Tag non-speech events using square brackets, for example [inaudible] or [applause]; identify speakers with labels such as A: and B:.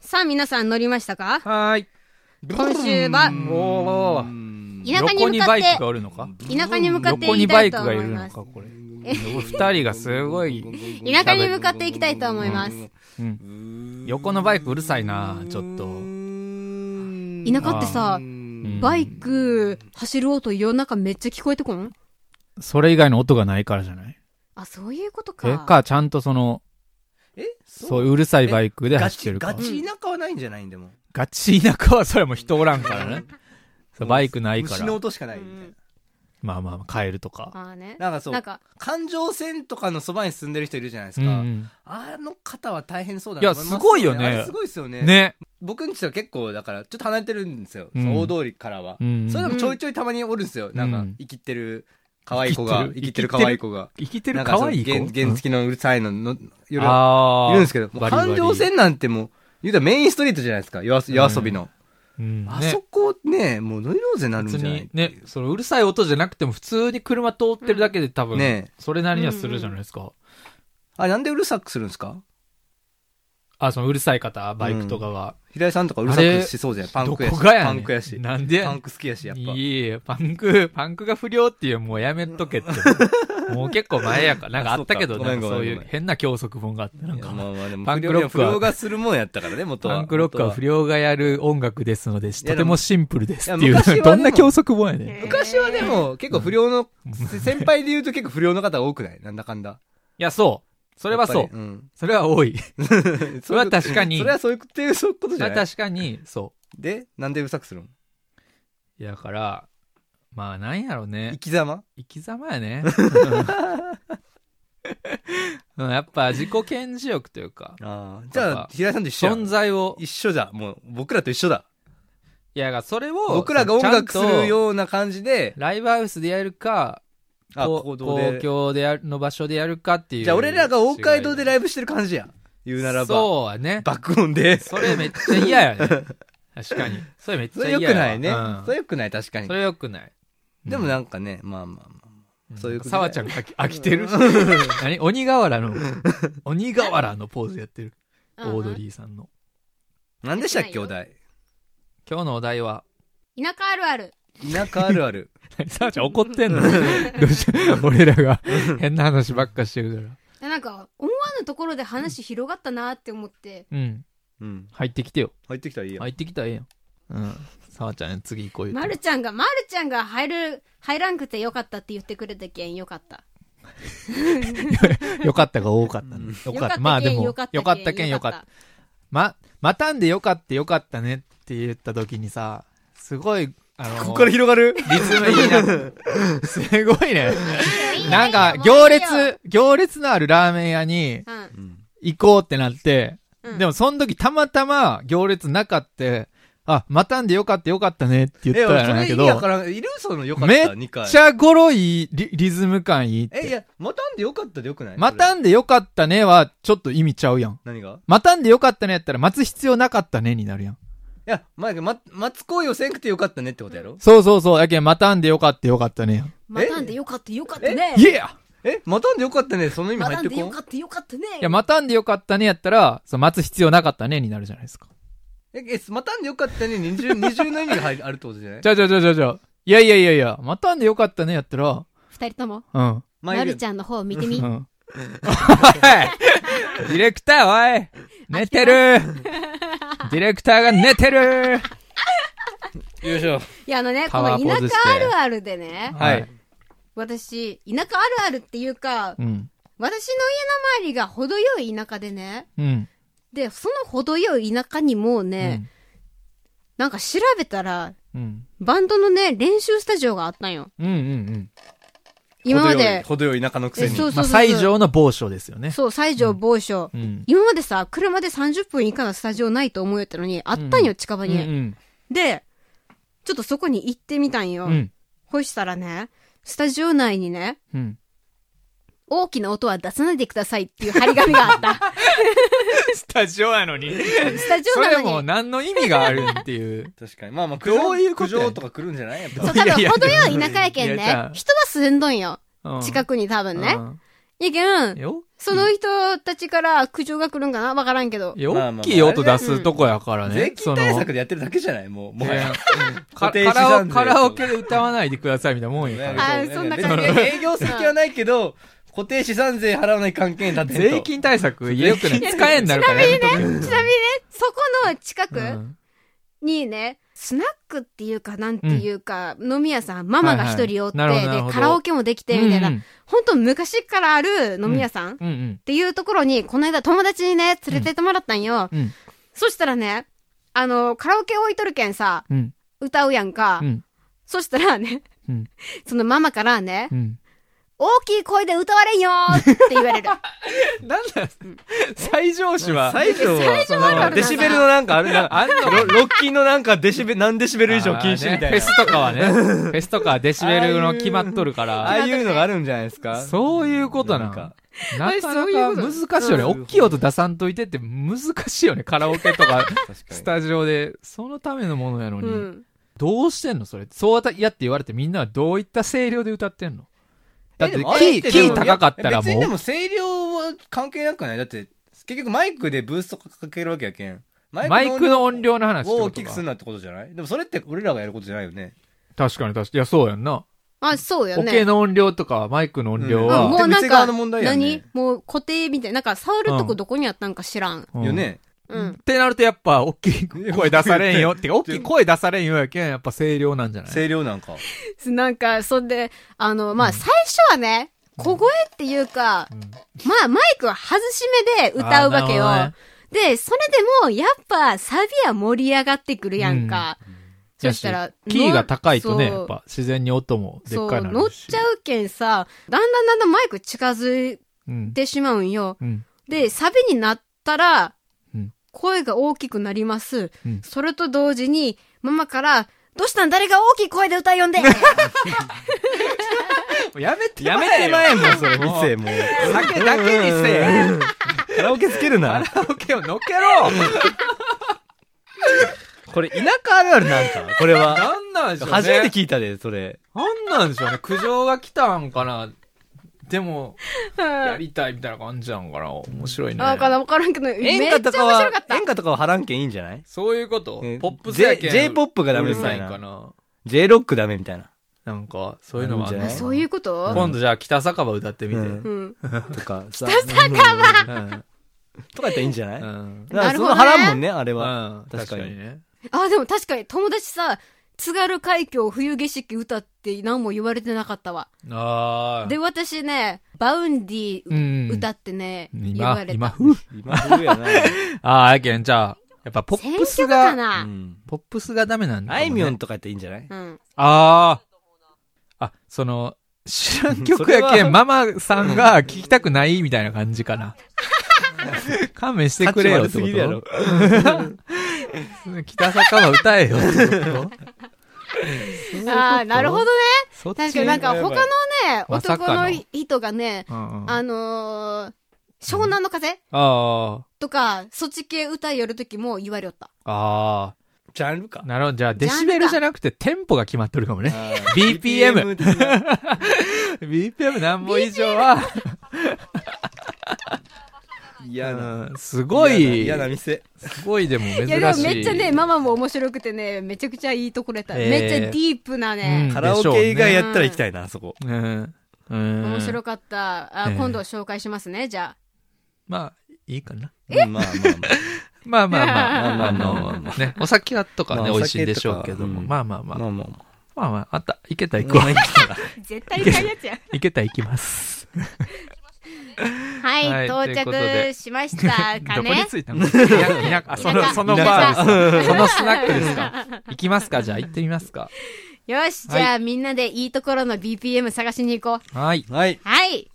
A: さあ皆さん乗りましたか
B: はーい。
A: 今週は
B: おお。
A: 田舎に
B: 横に
A: 向かっ
B: バイク
A: て
B: がおるのか
A: 田舎に向かって
B: 横
A: い
B: に
A: き
B: バ
A: た
B: イ
A: い
B: ク
A: と
B: が
A: 思
B: い
A: い
B: るの
A: ま
B: か、
A: す
B: これ。お二人がすごい、
A: 田舎に向かっていきたいと思います
B: うん。横のバイクうるさいな、ちょっと。
A: 田舎ってさ
B: うん
A: バイク走る音夜中めっちゃ聞こえてこん
C: それ以外の音がないからじゃない
A: あそういうことか
C: えか、ちゃんとその、
D: え
C: そう
D: う
C: いううるさいバイクで
D: ガ
C: 走っ
D: チ
C: てるか
D: ガ。チ田舎はないんじゃないんでも
C: ガチ田舎はそれはもう人おらんから
D: [laughs]
C: ね。そうバイクないか
D: 虫の
C: ら。
D: 音しかないみ
A: う
D: たい
A: ん
C: まあまあまあ、カエルとか。
A: ああね
D: ななんかそ
A: なん
D: う
A: か
D: 環状線とかのそばに住んでる人いるじゃないです
C: うん
D: か、
C: うん
D: あの方は大変そうだ
C: いや
D: と思ます
C: ごいよね
D: あれすごいですよね
C: ね。
D: 僕んちは結構だからちょっと離れてるんですよ、
C: うん
D: その大通りからは、
C: うん
D: それでもちょいちょいたまにおるんですよ、なんか生きてる可愛い子が
C: 生きてる
D: 生きてる可愛い子が
C: 生きてる
D: なんか
C: 可
D: そう
C: 愛い子。
D: 原原付のうるさいのの
C: うん
D: 夜
C: ああ。
D: いるんですけどもう
C: バリバリ
D: 環状線なんてもう言うたらメインストリートじゃないですか夜遊夜遊びの、
C: うん
D: あ
C: ね
D: そこねもうノイローゼになるんじ
C: 別
D: ゃない
C: にね、そのうるさい音じゃなくても普通に車通ってるだけで多分、
D: ね
C: それなりにはするじゃないですか。
D: あなんでうるさくするんですか
C: あ、そのうるさい方、バイクとかが。
D: 平井さんとかうるさくしそうじゃんパン
C: ど
D: クや
C: こ
D: し
C: がやねん
D: パンクやし
C: なんでや
D: パ
C: ね
D: ンク好きやしやっ
C: ん
D: ぱ
C: いえいえ、パンク、パンクが不良っていう、もうやめと
D: [laughs]
C: けって。もう結構前やから。なんかあったけど、
D: あそ
C: な
D: うか
C: んか
D: ご
C: そう
D: めんごめん
C: いう変な教則本があって、なん
D: いや
C: か。
D: まあまあでも
C: パンクロックは
D: 不良がするもんやったからね元は
C: パンクロックは不良がやる音楽ですので、
D: や
C: とてもシンプルですってい、
D: いうや昔はでも
C: [laughs] どんな教則本やねん。い
A: えー
D: 昔はでも、結構不良の、先輩で言うと結構不良の方が多くないなんだかんだ。
C: や、そう。そ
D: そ
C: れはそう。
D: ん。
C: それは多い。
D: [laughs] そ
C: れは確かに
D: それはそういうっていうこと
C: そ
D: じ
C: れ
D: ゃ
C: は
D: ない
C: 確かに、そ
D: で、なんでうるさくするの
C: う。いやだから、まあ、なんやろうね
D: 生。き様
C: 生き様やね。うんやっぱ自己顕示欲というか、
D: ああ。じゃ
C: なん
D: あ
C: か、
D: 平井さんと一緒やん
C: 存在を、
D: 一緒だ。もう、僕らと一緒だ。
C: いや、だからそれを、
D: 僕らが音楽す
C: ちゃん
D: る
C: と
D: ような感じで、
C: ライブハウスでやるか、
D: あ、
C: こう
D: 行動で
C: 公。共でやるの場所でやるかっていう。
D: じゃあ、俺らが大街道で
C: イ
D: ライブしてる感じや。言うならば。
C: そうやね。
D: 爆音で。
C: それめっちゃ嫌やね。確かに。 [laughs] それめっち
D: そ
C: ゃ
D: れ
C: 嫌
D: 良
C: や
D: くない
C: わ
D: ね
C: う。ん
D: それ良くない、確かに
C: そ。れ良くない。
D: でもなんかね、まあまあまあ。そういうこと
C: 沢ちゃんが飽き飽き
D: [laughs]
C: てる。何鬼瓦の、鬼瓦のポーズやってる。オ
A: うんうん
C: ードリーさんの。
D: なんでしたっけ、お
C: [laughs]
D: 題。
C: 今日のお題 [laughs] は、
A: 田舎あるある
D: 田舎あるある。
C: 沢ちゃん怒ってんの [laughs] どうし俺らが変な話ばっかしてるから。
A: いやなんか思わぬところで話広がったなって思って
C: うん。
D: うん。
C: 入ってきてよ。
D: 入ってきたらいいやん
C: 入ってきたらええやん。うん。沢ちゃん、次行こうよ。
A: まるちゃんがまるちゃんが入る入らんくてよかったって言ってくれたけんよかった
C: よかったが多かったね。よかった。まあでも、よ
A: よ
C: か
A: か
C: っ
A: ったた
C: け
A: け
C: ん
A: ん
C: よ
A: よ
C: か
A: か
C: っ
A: った
C: た。ま、またんでよかったよかったねって言った時にさ、すごい、あの、
D: ここから広がる
C: リズムいい [laughs] な。すごいね。
A: いい
C: なんか、
A: いいよ
C: 行列、行列のあるラーメン屋に
A: うん
C: 行こうってなって、
A: うん
C: でもその時たまたま行列なかって、あ、またんでよかったよかったねって言ったらなんやけ
D: え俺それ意味わ
C: ど
D: か、らんいるそのよかった、
C: め
D: 2
C: っ
D: 回。
C: ちゃゴロいいリリズム感いいっ
D: え、い
C: て。
D: や、またんでよかったでよくない
C: ま
D: そ
C: た
D: れ
C: んでよかったねはちょっと意味ちゃうやん。
D: 何が
C: 待たんでよかったねやったら待つ必要なかったねになるやん。
D: いや、ま、ま、待つ行為をせんくてよかったねってことやろ
C: そうそうそう。やけん待たんでよかったよかったねやん。
A: またんでよかったよかったね
C: いや
D: え、またんでよかったねその意味
A: ま
D: 入
A: た
D: っ
A: ん
D: て
A: でよ
D: こ
A: かったよかったね
C: いや、待たんでよかったねやったら、そう待つ必要なかったねになるじゃないですか。
D: え、え、またんでよかったね二
C: [laughs]
D: 重、二重の意味が入るあるってことじゃない
C: じゃあじゃあじゃあじゃあじゃあいやいやいやいや、待たんでよかったねやったら、
A: 二人とも
C: うん。
A: まるちゃんの方見てみ
C: うん。おい [laughs] ディレクターおい寝てるディレクターが寝てる
D: ゃん。よいしょ。
A: いやあのねこ
C: パワ
A: の
C: ーポーズ
A: 田
C: して
A: 舎あるあるでね
D: はい。
A: 私田舎あるあるっていうか
C: うん。
A: 私の家の周りが程よい田舎でね
C: うん。
A: でその程よい田舎にもう
C: う
A: ね、
C: ん。
A: なんか調べたら
C: うん。
A: バンドのね練習スタジオがあったんよ
C: うん。うん。
A: 今まで
D: 程よい、程よい田舎のく
A: えそ
D: せに。
A: うそ
C: ま
A: うそう
C: あ、
A: そう、
C: 最上の某所ですよね。
A: そう西条某所、
C: うん。
A: 今までさ、車で30分以下のスタジオないと思えたのに、あったんよ、近場
C: う
A: に、
C: ん。
A: で、ちょっとそこに行ってみたんよ。
C: うん。
A: ほしたらね、スタジオ内にね、
C: うん。
A: 大きな音は出さないでくださいっていう張り紙があ
C: [laughs]
A: った。
C: スタジオやのに。
A: スタジ
C: そ
A: オ
C: れ
A: な
C: も
A: の
C: う
A: に。
C: 何の意味があるんっていう。
D: 確かに。まあまあ、苦
C: どういう
D: 情、
C: こ
D: 苦
C: とや
D: 情とか来るんじゃないやっぱ。
A: そう、多
C: いやい
A: 分、
C: や
A: 程よい田舎やけん
C: いやじゃあ
A: ね、人は住んどんよ。
C: うん
A: 近くに多分ね。。いけん、
C: よ
A: その人たちから苦情が来るんかなわからんけど。
C: よっきい音出すとこやから
D: 税
C: ね。
D: 金対策でやってるだけじゃないもう、もはや。
C: カ
D: 固定資産
C: ラオ
D: 税
C: カラオケで歌わないでくださいみたいなもんやから。
A: あーそんな感じ
D: 別に営業する気はないけど、固定資産税払わない関係に立てんと
C: 税金対策よくない使えんなるからやめと
A: ちなみにね、そこの近
C: く。う
A: く
C: ん
A: にね、スナックっていうか、なんていうか、飲み屋さん、ママが一人おって、
C: はいはいなるほどなるほ
A: で、
C: ど
A: カラオケもできて、みたいな、
C: うん
A: 本当昔からある飲み屋さんっ
C: うんうん
A: ていうところに、この間友達にね、連れてってもらったんよ。
C: うん
A: そしたらね、あの、カラオケ置いとるけんさ、
C: うん
A: 歌うやんか。
C: うん
A: そしたらね、
C: うん
A: [laughs] そのママからね、
C: うん。
A: 大きい声で歌われんよーって言われ
C: [laughs]
A: る。
C: なんだ最上手は。
D: 最初は、そ
A: あるな
D: の、デシベルの [laughs] なんかあるな、
C: あんの
D: ロロッキーのなんかデシベ、何デシベル以上禁止みた
C: あーねフェ。
D: いな
C: スとかはね。フェスとかはデシベルの決まっとるか
D: あ
C: ら。
D: あいうのがあるんじゃないですか
C: そういうことな
D: なんん
C: か
D: か。
C: なか
A: そういう
C: な
A: こ
C: か
A: と
C: 難しいよね。
D: うん
C: 大きい音出さんといてって難しいよね。カラオケとか、ス
D: 確か
C: タジオで。そのためのものやの
A: う
C: に。
A: ん。
C: どうしてんのそれ。そうやって言われてみんなはどういった声量で歌ってんのだって、キ
D: に。あれ
C: ー、キー高かったら
D: 別にで
C: もう。
D: も声量は関係なくないだって、結局マイクでブーストかけるわけやけん。
C: マイクの音量の話って
D: を
C: こ
D: 大
C: と
D: きく
C: か
D: するなってことじゃないでもそれって俺らがやることじゃないよね。
C: 確かに確かに。いや、そうやんな。
A: あ、そうよ
C: オ
A: ね。
C: ケの音量とかマイクの音
A: う
C: 量
A: んも
C: は。
A: うなん
D: 手口側
A: か、
D: の問題やね
A: 何もう固定みたいな。なんか触るとこどこにあったんか知らん。
C: うん
D: よ。ね。
A: う
C: っ
A: ん。
C: てなるとやっぱ大きい声出されんよってか、大きい声出されんよやけん、やっぱ声量なんじゃない
D: 声量なんか。
A: なんか、そんで、あの、まあ、最初はね、小声っていうか、まあ、マイクは外し目で歌うわけよ
C: あーなる。
A: で、それでも、やっぱ、サビは盛り上がってくるやんか。そしたら、
C: キーが高いとね、
A: そう
C: やっぱ自然に音もでっ
A: そ
C: か
A: う、
C: いな
A: 乗っ
C: るし。
A: ちゃうけんさ、だんだんだんだんマイク近づい
C: うん。
A: てしまうんよ。
C: うん。
A: で、サビになったら
C: うん、
A: 声が大きくなります。
C: うん
A: それと同時に、ママから、どうしたん誰が大きい声で歌い
C: [laughs]
A: よんでそ
C: やめて
D: やめてまえもうそれ、
C: もう
D: 店もう。
C: 酒だけにせえ
D: カラオケつけるな。
C: カラオケをのけろ
D: [laughs] これ田舎あるあるなんか、これは。
C: なんなんでしょうね。
D: 初めて聞いたで、それ。
C: なんなんでしょうね。苦情が来たんかな。でも、やりたいみたいな感じなんかな。面白いね。
A: あわからん、わからんけど、め
D: 演
A: っちゃ
D: 歌
A: 面
D: とか
A: 白
D: は
A: かっ、た
D: 演。歌とかは払んけんいいんじゃない
C: そういうこと
D: えー
C: ポップスやけん。
D: J- J-POP がダメみ
C: な
D: た
C: い
D: いな
C: かな。
D: ?J ロックダメみたいな。
C: なんか、そういうのはあんの
D: あ
A: あそういうこと
C: 今度じゃあ北酒場歌ってみて。
D: う
C: うん
A: うん。
D: とかさ。北坂はとかやったらいいんじゃないだ [laughs]
C: ん。
D: からその
A: なるほどね
D: 払うもんね、あれは。
C: うん。
D: 確かに
C: ね。
A: あ、でも確かに友達さ、津軽海峡冬景色歌って何も言われてなかったわ。
C: ああ。
A: で、私ね、バウンディ
C: う
A: ー
C: ん。
A: 歌ってね、言わ
C: 今、
A: れ
C: 今
A: た。
C: 風。
D: 今風や
C: ああ、やけん、じゃあ、やっぱポップス
A: 選曲か
C: が、
D: な。う
A: な
D: ん
C: ポップスがダメなんだ、
D: あいみょん。とかやったらいいんじゃない
A: うん。
C: ああ。あ、その、知らん曲や
D: そ
C: け
D: れ
C: ん、
D: は
C: ママさんが聞きたくないみたいな感じか
D: [laughs]
C: な。勘弁してくれよって
D: 価値悪すぎるやろ
C: こと北坂は歌えよって
D: [laughs]
C: こと
A: ああ、なるほどね。
C: そっち
A: 確かになんか
D: やばい
A: 他のね、
C: まさ
A: 男
C: かの
A: の人がね、
C: うんうん、あ
A: あのー、湘南の風
C: あー。
A: とか、そっち系歌いよるときも言われよった。
C: あ
D: ジャンルか
C: あ。。なるほど。じゃあ、デシベルじゃなくて、テンポが決まっとるかも
D: [laughs]
C: ね。
D: あー
C: BPM。
D: 的な
C: BPM 何本以上は、
D: 嫌な。
C: うんすごい、
D: 嫌な店。
C: すごいでも珍
A: い
C: し
A: や
C: い。
A: でもめっちゃね、ママも面白くてね、めちゃくちゃいいところやった。
C: えー
A: めっちゃディープなね、
D: カラオケ以外やったら行きたいな、あそこ。
C: うん。うん。
A: 面白
C: く。
A: かった。あ
C: えー
A: 今度紹介しますね、じ
C: [laughs]
A: ゃあ。
C: まあ、いいかな。
D: うんまあまあま
C: ま
D: あ。
C: あまあまあ、あ
D: まあまあまあ
C: の、ね、お酒はとか
D: ま
C: ね、
D: あ
C: 美味しいんでしょうけど
D: お酒と
C: も。
D: か
C: まあまあまあ。
D: まあまあま
C: まあまあ、あった。いけた行こう。
A: 絶対買いやつや。
C: いけた行きます。
A: はい、
C: はい
A: 到
C: ということで
A: 着しましたか
C: どこに
A: ね。
C: 着いたの田舎田舎あ、その、そのバーです。そのスナックですか。行きますかじゃあ行ってみますか。
A: よし、じゃあみんなでいいところの BPM 探しに行こう。
C: はい。
D: あ。はい。
A: はい。